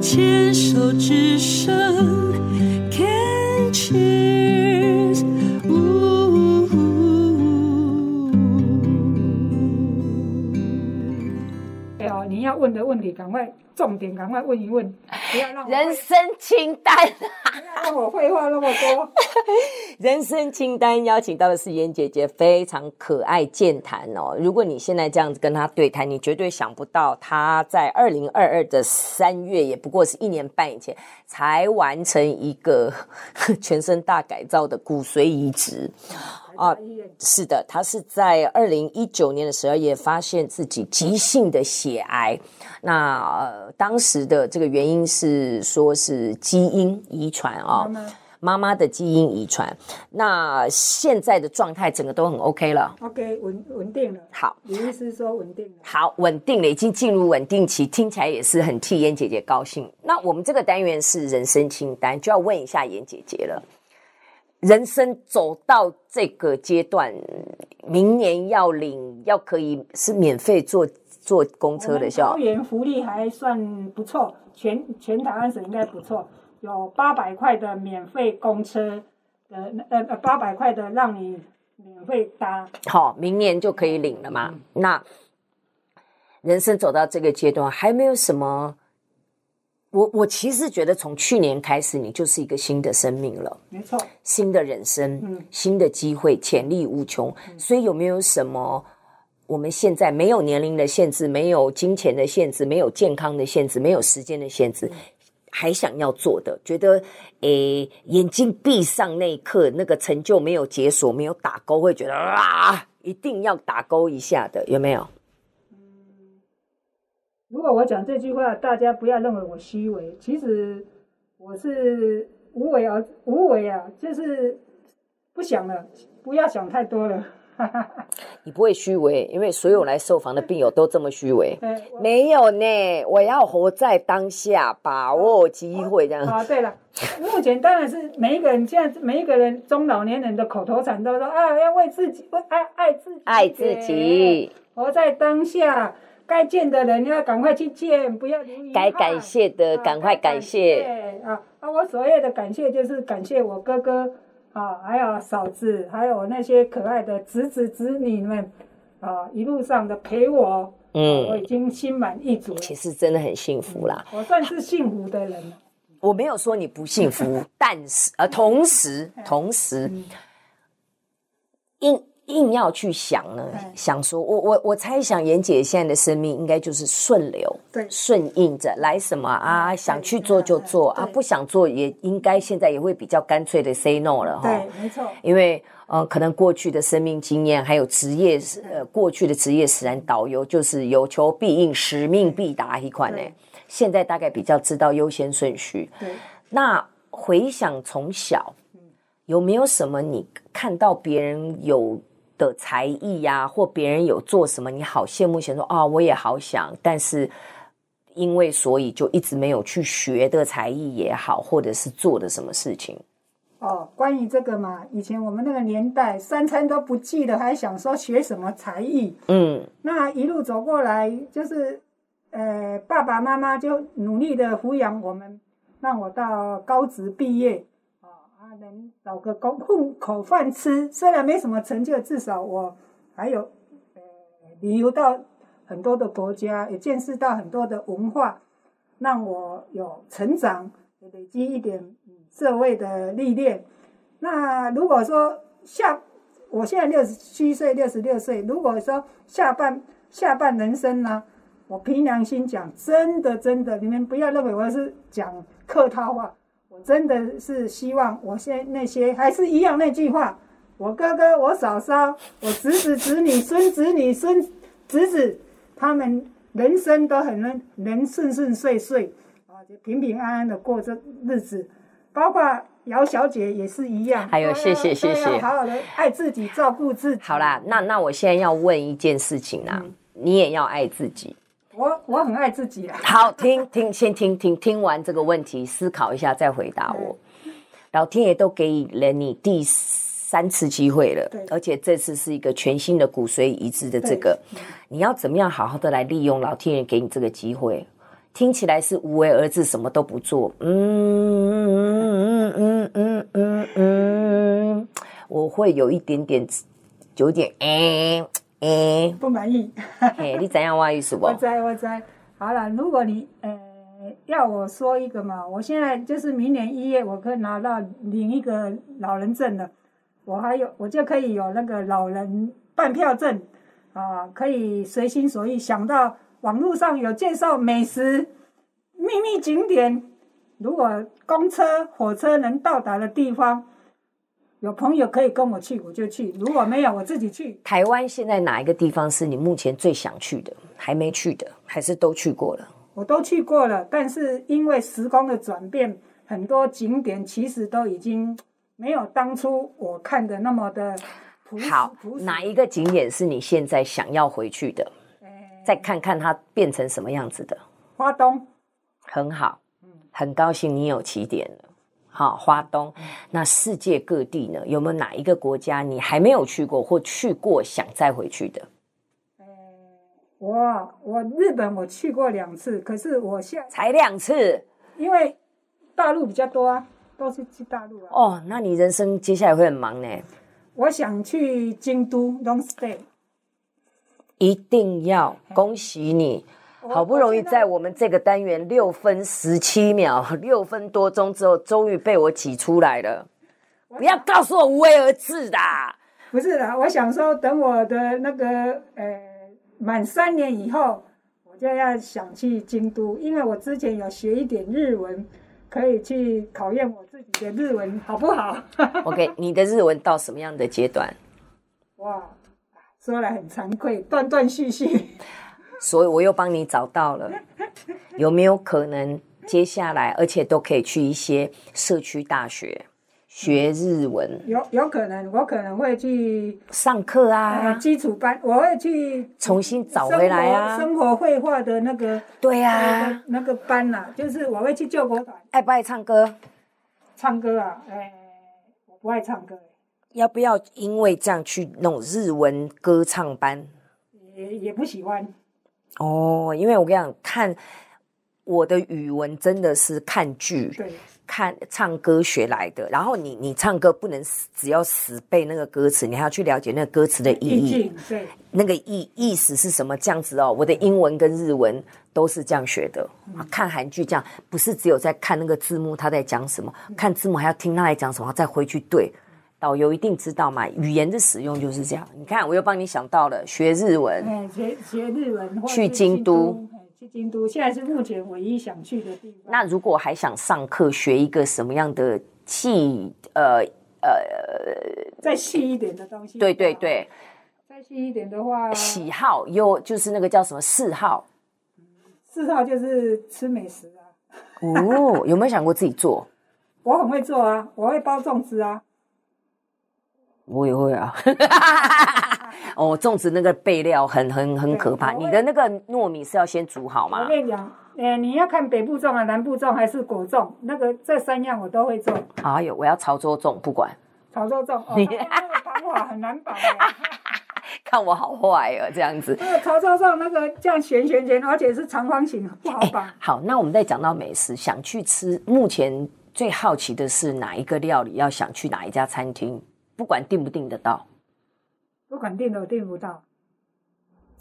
牵手之声，Can cheers。对哦，你要问的问题赶快重点赶快问一问，不要让我哎人生清单，不要让我废话那么多。 人生清单邀请到的是妍姐姐，非常可爱健谈哦。如果你现在这样子跟她对谈，你绝对想不到她在二零二二的三月，也不过是一年半以前才完成一个 全身大改造的骨髓移植。 啊啊，医院是的，他是在二零一九年的十二月发现自己急性的血癌。那呃，当时的这个原因是说是基因遗传啊、妈妈妈妈的基因遗传。那现在的状态整个都很 OK 了， OK 稳稳定了，好。李医师说稳定了。好，稳定了，已经进入稳定期，听起来也是很替妍姐姐高兴。那我们这个单元是人生清单，就要问一下妍姐姐了。人生走到这个阶段，明年要领要可以是免费坐坐公车的，我笑们桃园福利还算不错，全全台湾省应该不错，有八百块的免费公车，呃呃呃八百块的让你免费搭。好，明年就可以领了嘛。那人生走到这个阶段，还没有什么。我我其实觉得从去年开始，你就是一个新的生命了。没错，新的人生、嗯新的机会，潜力无穷。所以有没有什么我们现在没有年龄的限制，没有金钱的限制，没有健康的限制，没有时间的限制，还想要做的？觉得诶、眼睛闭上那一刻，那个成就没有解锁，没有打勾，会觉得啊，一定要打勾一下的，有没有？如果我讲这句话，大家不要认为我虚伪，其实我是无为而无为啊，就是不想了，不要想太多了。哈哈哈。你不会虚伪，因为所有来受访的病友都这么虚伪。呃我 没有呢，我要活在当下，把握机会，这样。啊，对了，目前当然是每一个人，现在每一个人中老年人的口头禅都说啊，要为自己，为爱爱自己，哎爱自己，，活在当下。该见的人要赶快去见，不要留遗憾该感谢的啊呃赶快该感谢。啊！啊，我所谓的感谢就是感谢我哥哥啊，还有嫂子，还有那些可爱的侄子侄女们啊，一路上的陪我，我嗯，已经心满意足了。其实真的很幸福啦。我算是幸福的人了。我没有说你不幸 福，但是呃，同时嗯同时硬硬要去想呢，嗯想说我我我猜想妍姐现在的生命应该就是顺流，对顺应着来什么啊，想去做就做嗯啊，对不想做也应该现在也会比较干脆的 say no 了哈。对，没错。因为呃，可能过去的生命经验，还有职业呃，过去的职业使然导游就是有求必应、使命必达一款呢对。现在大概比较知道优先顺序。对。那回想从小，有没有什么你看到别人有的才艺呀、或别人有做什么，你好羡慕，想说啊、我也好想，但是因为所以就一直没有去学的才艺也好，或者是做的什么事情，哦，关于这个嘛，以前我们那个年代，三餐都不记得，还想说学什么才艺？嗯那一路走过来，就是呃，爸爸妈妈就努力的抚养我们，让我到高职毕业，啊、啊，能找个工混口饭吃。虽然没什么成就，至少我还有呃旅游到很多的国家，也见识到很多的文化，让我有成长，也累积一点嗯社会的历练。那如果说下，我现在六十七岁，六十六岁，如果说下半下半人生呢，我凭良心讲，真的真的，你们不要认为我是讲客套话，我真的是希望我现在那些还是一样那句话，我哥哥、我嫂嫂、我侄子、侄女、孙子女、孙侄子，他们人生都很能能顺顺遂遂啊，就平平安安的过这日子，包括。姚小姐也是一样，还有都要谢谢谢都要谢好好的爱自己，照顾自己。好啦，那那我现在要问一件事情啦，你也要爱自己。我我很爱自己啊。好，听听，先听听，听完这个问题，思考一下再回答我。老天爷都给了你第三次机会了对，而且这次是一个全新的骨髓移植的这个，你要怎么样好好的来利用老天爷给你这个机会？听起来是无为而治，什么都不做。嗯嗯嗯嗯嗯嗯嗯，我会有一点点，有一点哎哎，不满意。嘿，你怎样我的意思不我？知我知，好了，如果你呃要我说一个嘛，我现在就是明年一月我可以拿到领一个老人证了，我还有我就可以有那个老人半票证啊，可以随心所欲，想到网络上有介绍美食、秘密景点，如果公车、火车能到达的地方。有朋友可以跟我去，我就去；如果没有，我自己去。台湾现在哪一个地方是你目前最想去的，还没去的，还是都去过了？我都去过了，但是因为时空的转变，很多景点其实都已经没有当初我看的那么的朴实好朴，实。哪一个景点是你现在想要回去的？哎再看看它变成什么样子的。花东，很好，嗯很高兴你有起点了。好，花东，嗯那世界各地呢，有没有哪一个国家你还没有去过，或去过想再回去的？我我日本我去过两次，可是我现在才两次因为大陆比较多啊，都是去大陆啊。哦，那你人生接下来会很忙呢，我想去京都 long stay，一定要恭喜你。我好不容易我现在在我们这个单元六分十七秒、六分多钟之后，终于被我挤出来了。不要告诉我无为而治的，啊不是啦，我想说等我的那个呃满三年以后，我就要想去京都，因为我之前有学一点日文，可以去考验我自己的日文好不好？ OK，你的日文到什么样的阶段？哇，说来很惭愧，断断续续。 所以我又帮你找到了。有没有可能接下来，而且都可以去一些社区大学学日文有有可能，我可能会去上课呃啊，基础班，我会去重新找回来啊？生活生活绘画的那个对那啊个，那个班呐、就是我会去救国团爱不爱唱歌？唱歌啊，哎、我不爱唱歌、要不要因为这样去弄日文歌唱班？也也不喜欢。哦，因为我跟你讲，看我的语文真的是看剧、对，看唱歌学来的。然后你你唱歌不能死只要死背那个歌词，你还要去了解那个歌词的意意义。境对，那个意意思是什么？这样子哦，我的英文跟日文都是这样学的。啊看韩剧这样，不是只有在看那个字幕他在讲什么，看字幕还要听他在讲什么，再回去对。导游一定知道嘛，语言的使用就是这样。你看，我又帮你想到了学日文，哎，学学日文或者去是京京都哎去京都现在是目前唯一想去的地方。那如果还想上课学一个什么样的技，呃，再细一点的东西，对对，对，再细一点的话，喜好又就是那个叫什么嗜好嗜好就是吃美食啊。哦，有没有想过自己做？我很会做啊，我会包粽子啊，我也会 啊。哦，粽子那个备料很很很可怕，对我你会的那个糯米是要先煮好我吗？跟你讲，哎，你要看北部粽啊、南部粽还是果粽，那个这三样我都会做。哎呦，我要潮州粽，不管， 炒肉粽，哦，那个绑法很难绑啊。 看我好坏哦，这样子。那个炒肉粽那个这样旋旋旋，而且是长方形，不好绑。哎好，那我们再讲到美食，想去吃，目前最好奇的是哪一个料理，要想去哪一家餐厅，不管订不订得到，不管订都订不到。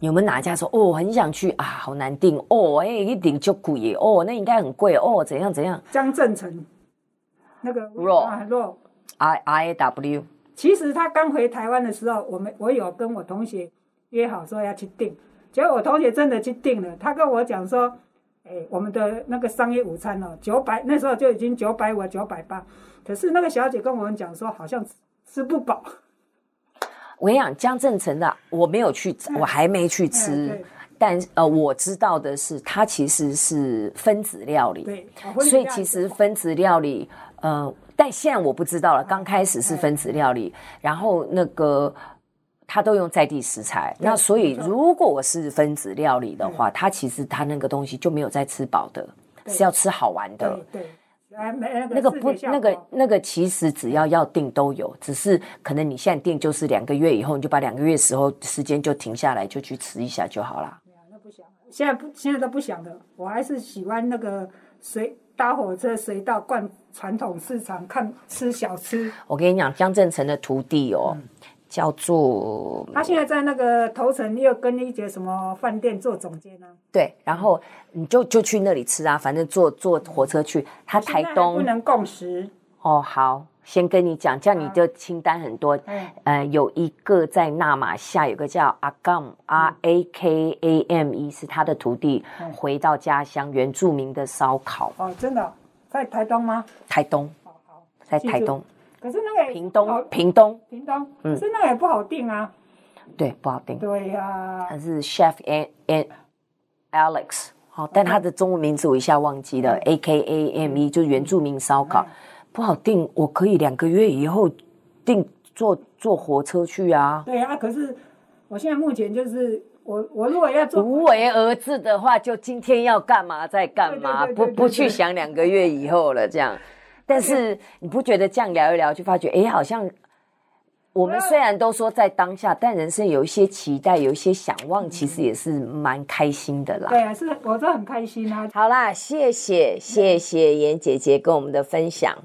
有没有哪一家说哦很想去啊，好难订哦，哎一订就贵耶，哦那应该很贵哦，怎样怎样江正成那个肉啊肉， ，I I W 其实他刚回台湾的时候，我们我有跟我同学约好说要去订，结果我同学真的去订了，他跟我讲说，哎、我们的那个商业午餐哦，九百那时候就已经九百五啊九百八，可是那个小姐跟我们讲说好像吃吃不饱，我跟你讲，江正成的我没有去，我还没去嗯吃对，但呃，我知道的是，它其实是分子料理，对，哦所以其实分子料理，呃，但现在我不知道嗯了。刚开始是分子料理，然后那个它都用在地食材，那所以如果我是分子料理嗯的话，它其实它那个东西就没有在吃饱的，对是要吃好玩的。对对，哎没呃那那个个不视，觉效那个果那个其实只要要订都有，只是可能你现在订就是两个月以后，你就把两个月时候时间就停下来，就去吃一下就好啦。那不想，现在不现在都不想了，我还是喜欢那个随搭火车随到逛传统市场看吃小吃。我跟你讲，江正成的徒弟哦，嗯叫做他现在在那个头城又跟一节什么饭店做总监啊，对，然后你就就去那里吃啊，反正坐坐火车去。他现台在还不东能共识。哦，好，先跟你讲，这样你好就清单很多。哎，呃，有一个在纳马夏，有个叫阿杠 R A K A M E，是他的徒弟，嗯回到家乡原住民的烧烤，哦，真的哦在台东吗？台东，哦，好，在记住台东、可是那个也屏好东、屏东，屏东，嗯可是那个也不好定啊。对，不好听，对呀他，是 Chef An An Alex，好、嗯但他的中文名字我一下忘记了，A K A M E，就是原住民烧嗯烤，不好定，我可以两个月以后定坐坐火车去啊。对啊，可是我现在目前就是我我如果要做无为而治的话，就今天要干嘛再干嘛，对对对不对对不去想两个月以后了这样。但是你不觉得这样聊一聊，就发觉哎，诶好像我们对啊虽然都说在当下，但人生有一些期待，有一些想望，其实也是蛮开心的啦。嗯对啊，是我是很开心啊。好啦，谢谢谢谢妍姐姐跟我们的分享。